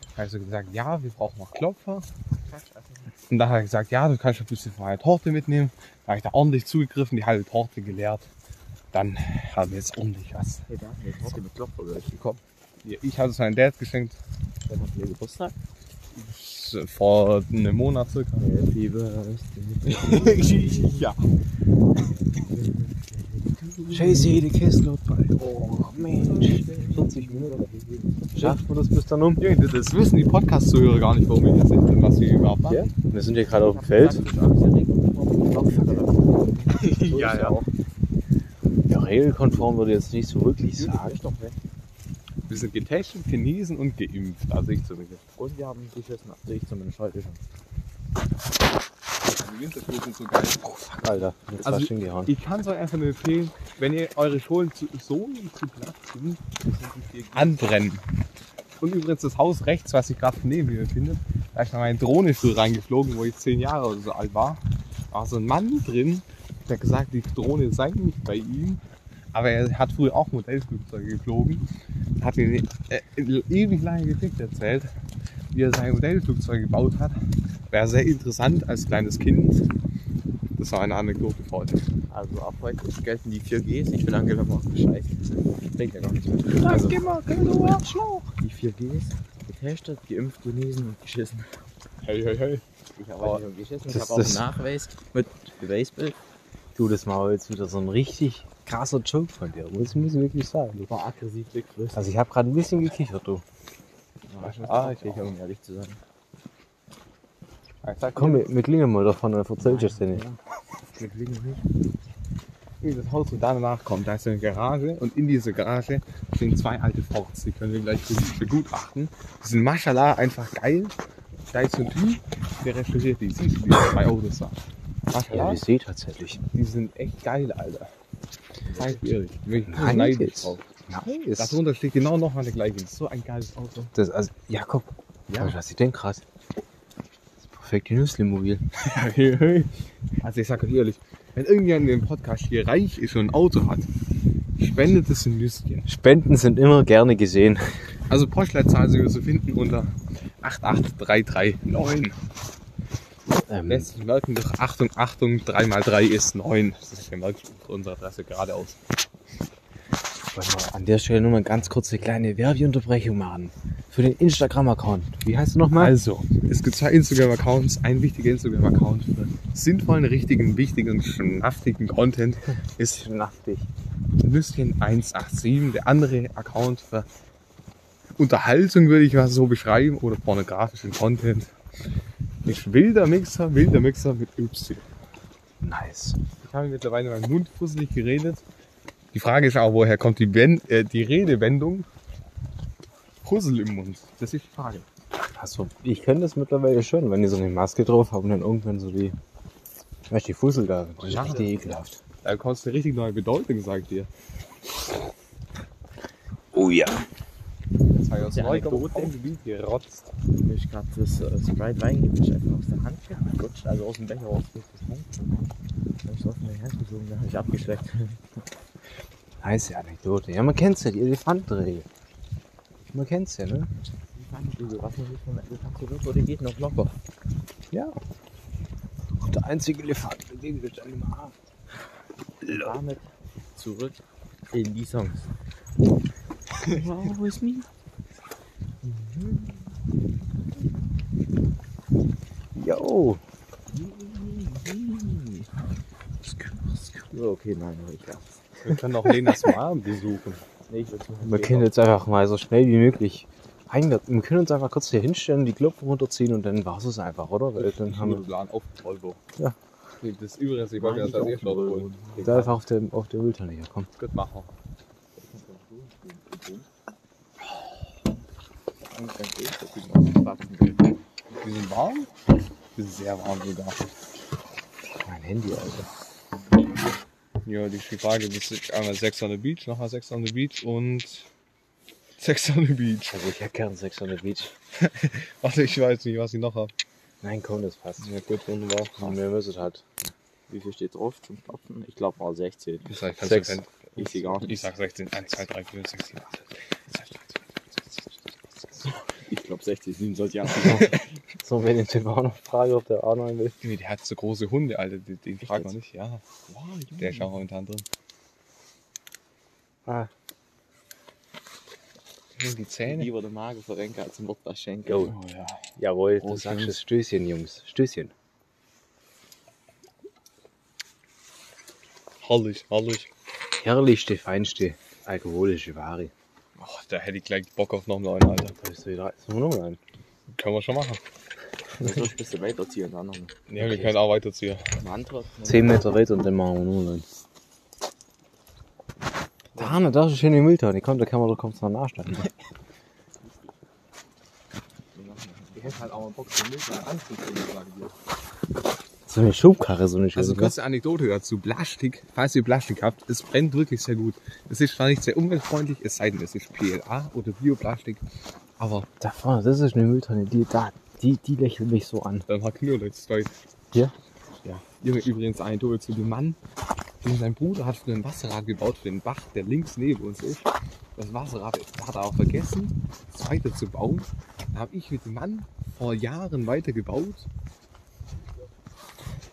Dann habe ich so gesagt, ja, wir brauchen noch Klopfer. Und dann hat er gesagt, ja, du kannst ein bisschen von meiner Torte mitnehmen. Dann habe ich da ordentlich zugegriffen, die halbe Torte geleert. Dann haben wir jetzt ordentlich was. Hey, da ist mit Klopfer gleich gekommen. Ich habe es meinem Dad geschenkt, Wenn hat Geburtstag? vor einem Monat circa. Happy Birthday. ja. Scheiße, jede Kessel hat bei. Oh Mensch. 40 Minuten. Schafft man das bis dann um? Junge, das- das wissen die Podcast-Zuhörer gar nicht, warum wir hier sind und was wir überhaupt machen. Ja? Wir sind ja gerade auf dem Feld. Ja, ja. Ja, regelkonform würde ich jetzt nicht so wirklich sagen. Wir sind getestet, genesen und geimpft. Also ich zumindest. Und wir haben geschissen. Also ich zumindest heute schon. Die Winterspiele Also sind so geil. Alter, jetzt Also- hast du ihn gehauen. Ich kann es euch einfach nur empfehlen, wenn ihr eure Schulen zu, so zu platt sind, anbrennen. Und übrigens das Haus rechts, was sich gerade neben mir befindet, da ist noch meine Drohne früher reingeflogen, wo ich zehn Jahre oder so alt war. Da war so ein Mann drin, der hat gesagt, die Drohne sei nicht bei ihm. Aber er hat früher auch Modellflugzeuge geflogen. Hat mir äh, ewig lange Geschichte erzählt, wie er sein Modellflugzeug gebaut hat. Wäre sehr interessant als kleines Kind. Das war eine Anekdote für heute. Also ab heute gelten die 4Gs. Ich bin Angela Merkel. Scheiße. Ich denke ja gar nicht mehr. Also, Die 4Gs. Getestet, geimpft, genesen und geschissen. hey, hey, hey. Ich habe auch nicht geschissen. Ich Das- habe auch einen das- Nachweis mit Beweisbild. Du, das war jetzt wieder so ein richtig krasser Joke von dir. Muss, muss ich wirklich sagen. War aggressiv begrüßt. Also ich habe gerade ein bisschen gekichert, du. Ah, ich um ehrlich zu sein. Komm, wir, wir klingen mal davon, dann erzählst du es dir nicht. Wie das Haus, wo danach kommt, da ist eine Garage und in dieser Garage stehen zwei alte Forts. Die können wir gleich begutachten. Die sind mashallah einfach geil. Da ist so ein Typ, der restauriert die. Siehst du, die zwei Autos da. Ja, Mashallah, ich sehe tatsächlich. die sind echt geil, Alter. Zeig ehrlich. Ich bin Nein, neidisch jetzt. drauf. Nice. Darunter steht genau noch mal eine gleiche. So ein geiles Auto. Das, also, Jakob, ja. was ich denn krass. Das ist perfekt die Nüsselmobil. Also ich sage euch ehrlich, wenn irgendjemand in dem Podcast hier reich ist und ein Auto hat, spendet es in Nüsschen. Spenden sind immer gerne gesehen. Also Postleitzahl sind wir zu finden unter 88339. Ähm, Lässt sich merken, doch Achtung, Achtung, 3 mal 3 ist 9. Das ist der Merkspruch unserer Adresse geradeaus. wollen wir an der Stelle nur mal ganz kurz eine kleine Werbeunterbrechung machen. Für den Instagram-Account. Wie heißt du nochmal? Also, es gibt zwei Instagram-Accounts. Ein wichtiger Instagram-Account für sinnvollen, richtigen, wichtigen und schnaftigen Content ist Schnaftig. Nüsschen187. Der andere Account für Unterhaltung würde ich mal so beschreiben oder pornografischen Content. Nicht wilder Mixer, wilder Mixer mit Y. Nice. Ich habe mittlerweile meinen Mund fusselig geredet. Die Frage ist auch, woher kommt die, Wen äh, die Redewendung Puzzle im Mund? Das ist die Frage. Achso, ich kenne das mittlerweile schon, wenn die so eine Maske drauf haben und dann irgendwann so die. Weißt du, die Fussel da sind. Das ist richtig ekelhaft. Da bekommst du eine richtig neue Bedeutung, sagt ihr. Oh ja. Der Anekdote. Mir ist gerade das äh, Sprite Weingemisch einfach aus der Hand gerutscht, also aus dem Becher rausgerutscht. Dann hab ich aus meiner Hand gezogen, dann hab ich abgeschleckt. Nice Anekdote. Ja, man kennt's ja, die Elefantenregel. Man kennt's ja, ne? Was man sich von der Elefant zurück oder geht noch locker? Ja. Der einzige Elefant, mit dem wir dann immer haben. Damit zurück in die Songs. Yo! So, okay, nein, hör ich ab. Wir können auch Lenas Mom besuchen. Nee, ich will's machen. Wir können jetzt einfach mal so schnell wie möglich. Eigentlich, wir können uns einfach kurz hier hinstellen, die Klopfen runterziehen und dann war's es einfach, oder? Weil dann haben wir Plan auf den Volvo. Ja. Nee, Das Übrige, ich wollte das als erstes holen. da einfach auf der, auf der Mülltonne hier, komm. Gut, machen wir. Die sind warm? Die sind sehr warm sogar. Mein Handy, Alter. Ja, die Frage ist einmal Sex on the Beach, nochmal Sex on the Beach und Sex on the Beach. Oh, Also ich hätte gern Sex on the Beach. Warte, ich weiß nicht, was ich noch habe. Nein, komm, das passt. Ja gut, wunderbar. Mehr müssen halt. Wie viel steht drauf zum Klopfen? Ich glaube mal 16. Ich sag, Sechs. Sechs. Ich sehe gar ich nicht. sag 16. 1, 2, 3, 4, 6, 7, 8. Ich glaube 60, 27, 28. So, wenn ich den Bauer noch frage, ob der Arno einen will. Nee, der hat so große Hunde, Alter. Den, den fragt man jetzt? nicht. Ja, der ist auch momentan drin. Ah. Nur die Zähne. Lieber der Magen verrenken als ein Wort das schenken. Jo. Oh ja. Jawohl, du Oh, sagst schön. es. Stößchen, Jungs. Stößchen. Herrlich, herrlich. Herrlichste, feinste, alkoholische Ware. Oh, da hätte ich gleich Bock auf noch einen neuen, Alter. Da ist wieder ist nur noch ein. Können wir schon machen. Dann soll ich ein bisschen weiterziehen, dann noch ein Ja, wir können auch weiterziehen. anderes. Zehn Meter weiter und dann machen wir nur noch einen. Da, Arno, da ist eine schöne Mülltonne. Komm, da kann man doch kurz noch nachstellen. Ich hätte halt auch mal Bock, den Milch anzuziehen, sage ich So eine Schubkarre, so eine schöne. Also kurze Anekdote dazu. Plastik, falls ihr Plastik habt, es brennt wirklich sehr gut. Es ist zwar nicht sehr umweltfreundlich, es sei denn, es ist PLA oder Bioplastik, aber da vorne, das ist eine Mülltonne. Die, da, die, die lächelt mich so an. dann hat nur jetzt Leute. Ja? Ja. Junge, übrigens eine Anekdote zu dem Mann, den sein Bruder hat für ein Wasserrad gebaut, für den Bach, der links neben uns ist. Das Wasserrad hat er auch vergessen, es weiter zu bauen. Da habe ich mit dem Mann vor Jahren weitergebaut.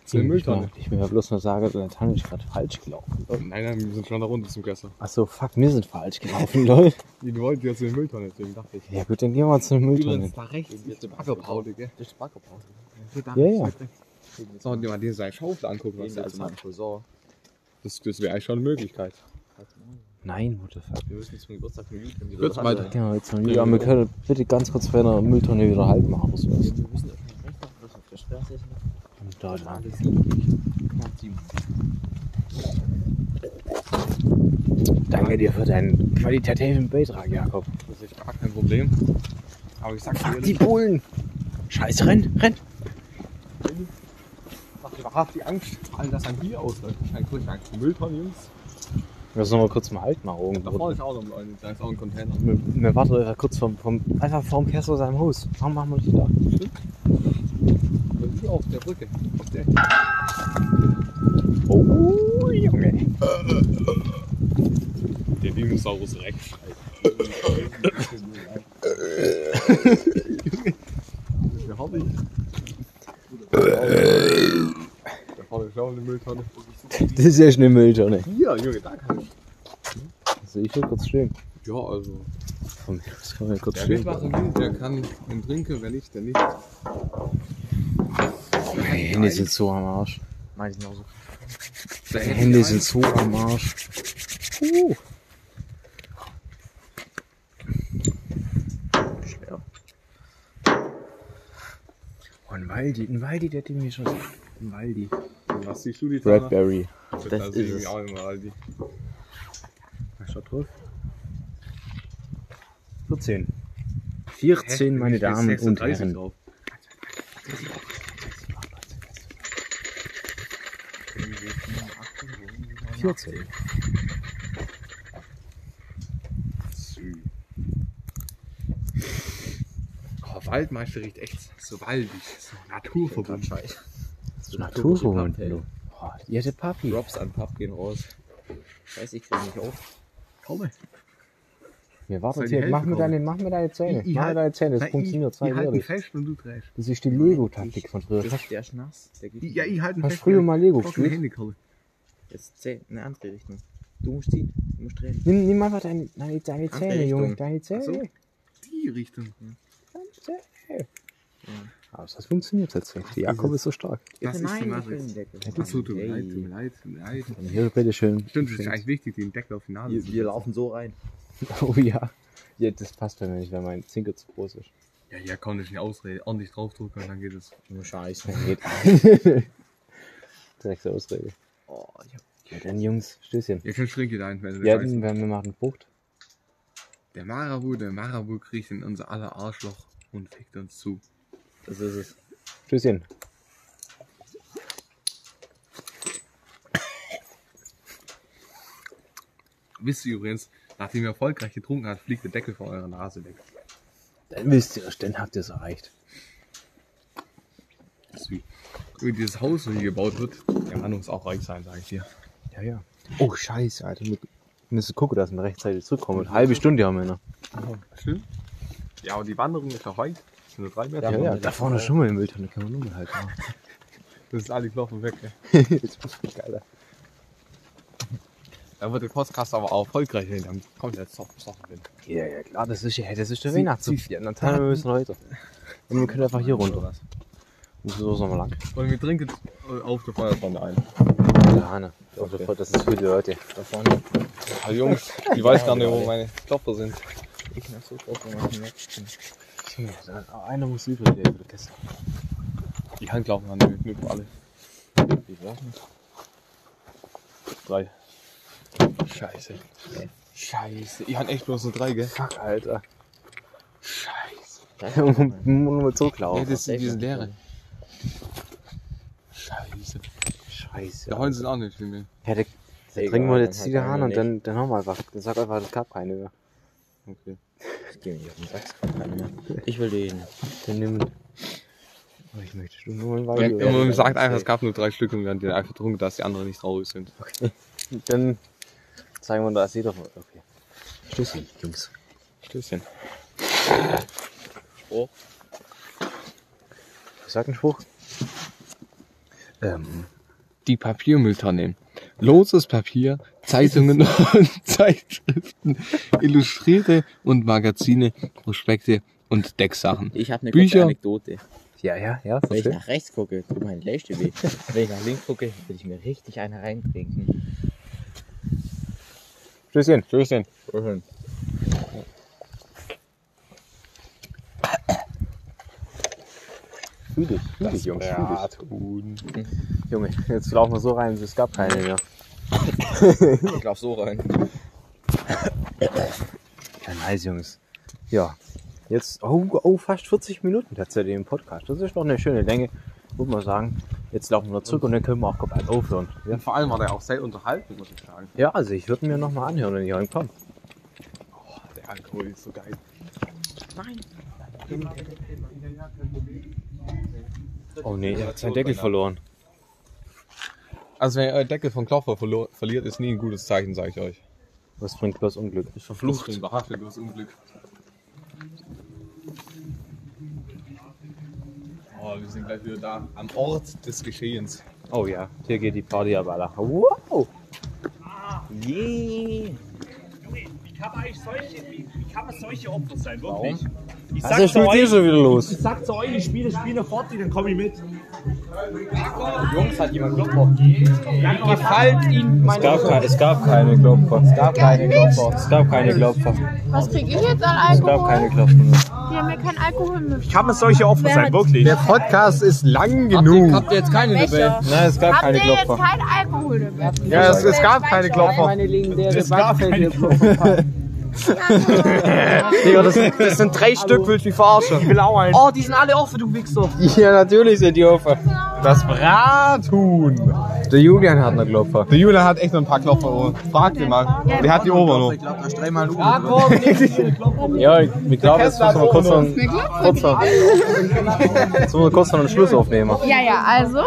Zu der Mülltonne. Oh, Hm, Ich will- Ich will ja bloß nur sagen, der Tanne ist gerade falsch gelaufen. Nein, nein, wir sind schon da runter zum Kessel. Achso, fuck, wir sind falsch gelaufen, lol. Die wollten ja zu der Mülltonne, deswegen dachte ich. Ja gut, dann gehen wir zu den Mülltonnen. Übrigens, da rechts ist die Baggerpause, gell? Das ist Baggerpause. Ja, ja. Sollen wir mal den seine Schaufel angucken, was Gehen der wir jetzt zu macht? meinem also Cousin. Das, das wäre eigentlich schon eine Möglichkeit. Nein, what the fuck. Wir müssen zum Geburtstag von Judith wieder. Kurz mal- Gehen wir jetzt mal äh, wieder. Ja, wir können bitte ganz kurz bei einer Mülltonne wieder halten machen oder sowas. Wir müssen auf den Rechter, das auf der Straße ist. Und da lang. Alles knapp sieben. Danke dir für deinen qualitativen Beitrag, Jakob. Das ist gar kein Problem. Aber ich sag dir Fuck die ehrlich, Bullen! Scheiße, renn, renn! ich hab wahrhaftig Angst, vor allem, dass ein Bier ausläuft. Ein Kurz, Angst. Mülltonnen, Jungs. Wir müssen noch mal kurz mal Halt machen Da irgendwo. vorne ist auch noch ein, da ist auch ein Container. Wir warten einfach kurz vom, vom, einfach vorm Kessel seinem Haus. Warum machen wir nicht da? Das ist hier auf der Brücke. Auf der Oh, Junge. Der Dinosaurus Rex. Der Hobby. Da vorne ist auch eine Mülltonne. Das ist ja schon eine Mülltonne. Hier, Junge, da kann ich. Also ich will kurz stehen. Ja, also. Von mir aus kann man ja kurz Wer stehen. mitmachen will, der kann den trinken, wer nicht, der nicht. Meine Hände sind so am Arsch. Meine ich genauso. Meine Hände sind so am Arsch. Uh. Schwer. Oh, ein Waldi, ein Waldi, der hat mir schon. Ein Waldi. Was siehst du die Tanner? Bradberry. Da das sehe ich ist mich es. auch immer all die. Was schaut drauf? 14. 14, meine Damen und Herren. Drauf. Oh, Waldmeister riecht echt so waldig. So Naturverbund. So Naturverbund. du. Oh, ihr der Papi. Drops an Pub gehen raus. Scheiße, ich krieg nicht auf. Komme. Wir warten Soll die hier. Hälfte Mach mir kommen? deine, mach mir deine Zähne. Ich- ich mach mir halt- deine Zähne. Das funktioniert. Ich, halt Sei ich halte ihn ehrlich. fest und du drehst. Das ist die Lego-Taktik von früher. Das, der ist nass. Der geht Ich- nicht. Ja, ich halte ihn Hast fest. früher mal Lego gespielt? gespielt? Jetzt zäh, in eine andere Richtung. Du musst ziehen. Du musst drehen. Nimm, nimm einfach deine, deine, deine Andere Zähne, Junge. Richtung. Deine Zähne. so. Die Richtung. Deine Zähne. Aber das funktioniert tatsächlich. Jakob ist so stark. Das ist die Nein, ich will Matrix. den Deckel. Das tut mir leid, tut mir Ey. leid, tut mir leid. Hier, bitteschön. Stimmt, es ist eigentlich wichtig, den Deckel auf die Nase Wir, zu wir setzen. laufen so rein. Oh ja. ja. Das passt bei mir nicht, weil mein Zinker zu groß ist. Ja, ja, komm, das ist eine Ausrede. Ordentlich draufdrücken und dann geht es. Nur Scheiße. Direkte Ausrede. Oh, ich hab Ja, dann, Jungs. Stößchen. Ihr könnt Schrinke da wenn ihr Ja, das dann heißt. werden wir machen Bucht. Der Marabu, der Marabu kriecht in unser aller Arschloch und fickt uns zu. Das ist es. Stößchen. Wisst ihr übrigens, nachdem ihr erfolgreich getrunken habt, fliegt der Deckel von eurer Nase weg. Dann wisst ihr es, dann habt ihr es erreicht. Süß. Und dieses Haus, das hier gebaut wird, der Mann muss auch reich sein, sag ich dir. Ja, ja. Oh, scheiße, Alter. Wir müssen gucken, dass wir rechtzeitig zurückkommen. Eine halbe Stunde haben wir noch. Stimmt? Ja, aber die Wanderung ist ja heute. Sind nur drei Meter. Ja, ja, da vorne ist schon mal im Mülltonne, kann man nochmal halt machen. Das ist alle Knochen weg. Ey. Jetzt wird's viel geiler. Dann wird der Podcast aber auch erfolgreich. Ey. Dann kommt der Zoff, Zoff hin. Ja, ja, klar, das ist, ja, das ist der Sie- Weihnachtsfeier. Dann teilen wir müssen heute. Und wir können einfach hier runter. was? Und so ist nochmal lang. Und wir trinken äh, auf der Feuertonne ein. Ja, Hanne. Okay. Das ist für die Leute. Da vorne. Also Jungs, ich weiß gar nicht, wo meine Klopfer sind. Ich hab so drauf gemacht. Nein, Ja, dann- ah, Einer muss übrig bleiben, der Kessel. Die Handklaufen haben wir nicht alle. Ich weiß nicht. Drei. Scheiße. Scheiße. Ich hatte echt bloß nur drei, gell? Fuck, Alter. Scheiße. Nochmal Ja, zurücklaufen. das sind diese leere. Leere. Scheiße. Scheiße. Ja, heute sind auch nicht viel mehr. Ja, der, Egal, trinken wir dann jetzt halt wieder einer Hahn und nicht. dann, dann haben wir einfach, dann sag einfach, das gab keine mehr. Okay. Ich geh mir nicht auf den Sack. Keine mehr. Ich will den. Dann nimm. Oh, ich möchte schon nur mal Ja, einen ja, Wein. man sagt einfach, es gab nur drei Stück und wir haben den einfach getrunken, dass die anderen nicht traurig sind. Dann zeigen wir, da ist jeder von. Okay. Stößchen, Jungs. Stößchen. Sag einen Spruch. Ähm, Die Papiermülltonne. Loses Papier, Zeitungen und Zeitschriften, Illustrierte und Magazine, Prospekte und Decksachen. Ich hab eine Bücher. kurze Anekdote. ja, ja, ja, Wenn ich verstehe. nach rechts gucke, tut mein Leichte weh. Wenn ich nach links gucke, will ich mir richtig eine reintrinken. Stößchen. Stößchen. Fühl dich, fühl dich, Jungs, fühl dich. tun. Junge, jetzt laufen wir so rein, es gab keine mehr. Ich lauf so rein. Ja, nice, Jungs. Ja, jetzt, oh, oh, fast 40 Minuten tatsächlich im Podcast. Das ist noch eine schöne Länge, würde man sagen. Jetzt laufen wir zurück und dann können wir auch komplett aufhören. Und vor allem war der auch sehr unterhaltend, muss ich sagen. Ja, also ich würde mir nochmal anhören, wenn ich heimkomme. Ah, Der Alkohol ist so geil. Oh nee, er hat seinen Deckel verloren. Also wenn ihr euren Deckel von Kloffer verlo- verliert, ist nie ein gutes Zeichen, sage ich euch. Was bringt bloß Unglück? Ist verflucht. Ein wahrhaftiges Unglück. Oh, wir sind gleich wieder da. Am Ort des Geschehens. Oh ja, hier geht die Party aber nach. Wow! Yeah! Wie kann man eigentlich solche, wie, wie kann man solche Opfer sein, wirklich? Ich Was ist mit dir schon wieder los? ich sag zu euch, ich spiele Spiele fort, dann komme ich mit. Jungs, hat jemand Klopfer? Gefällt Ihnen Es gab, keine, es gab keine Klopfer. Es gab keine Klopfer. Es gab keine Klopfer. Was krieg ich jetzt an Es gab keine Alkohol? Klopfer mehr. Die haben ja keinen Alkohol mit. Wie kann man solche Opfer sein, wirklich? Der Podcast ist lang Habt ihr- genug. Habt ihr jetzt keine Rebellen? Nein, es gab Habt keine ihr jetzt Klopfer. keinen Alkohol mehr? Ja, es, es gab keine Klopfer. Es gab keine Digga, das, das sind drei Stück, willst du mich verarschen? blauen. Oh, die sind alle offen, du Wichser. Ja, natürlich sind die offen. Das Brathuhn. Der Julian hat einen Klopfer. Der Julian hat echt noch ein paar Klopfer. Fragt ihn mal. Der hat die Ober noch. Ich glaube, da ist dreimal Uhr. Ja, ich, ich glaube, jetzt müssen wir kurz noch einen, kurz noch, jetzt müssen wir kurz noch einen Schluss aufnehmen. Ja, ja, also.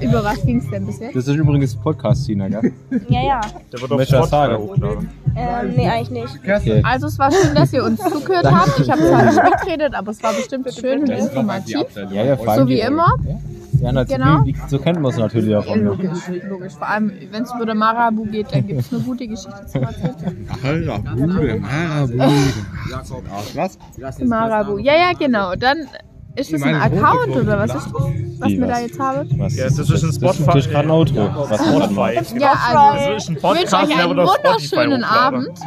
Über was ging's denn bis jetzt? Das ist übrigens Podcast, Tina, gell? Ja, ja. Der wird Möchtest du auf was sagen? Spotify hochgeladen. Ähm, nee, eigentlich nicht. Also es war schön, dass ihr uns zugehört habt. Ich habe zwar nicht mitgeredet, aber es war bestimmt schön und informativ. Ja, ja, vor allem So wie die- immer. Ja, natürlich, Genau. wie- so kennt man es natürlich auch von mir. Logisch, logisch. Vor allem, wenn es über den Marabu geht, dann gibt es eine gute Geschichte zu erzählen. Was? Marabu. Ja, ja, genau. Dann ist das ein Account oder was ist das, was Wie, wir da was? jetzt haben? Was? Ja, das ist ein Spotify. Das ist gerade ein Outro. Was Spotify. Ja, also Das ist ein ich wünsche Podcast, euch der einen wird auf Spotify wunderschönen hochgeladen. Abend.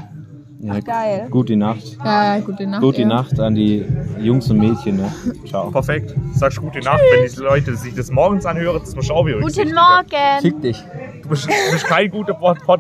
Ja, Geil. Gute Nacht. Ja, gute Nacht. Gute ihr. Nacht an die Jungs und Mädchen. Ne? Ciao. Perfekt. Sagst gute Nacht, wenn die Leute sich das morgens anhören, das muss ich auch wieder Guten Morgen. Fick dich. Du bist, du bist kein guter Pod- Podcast.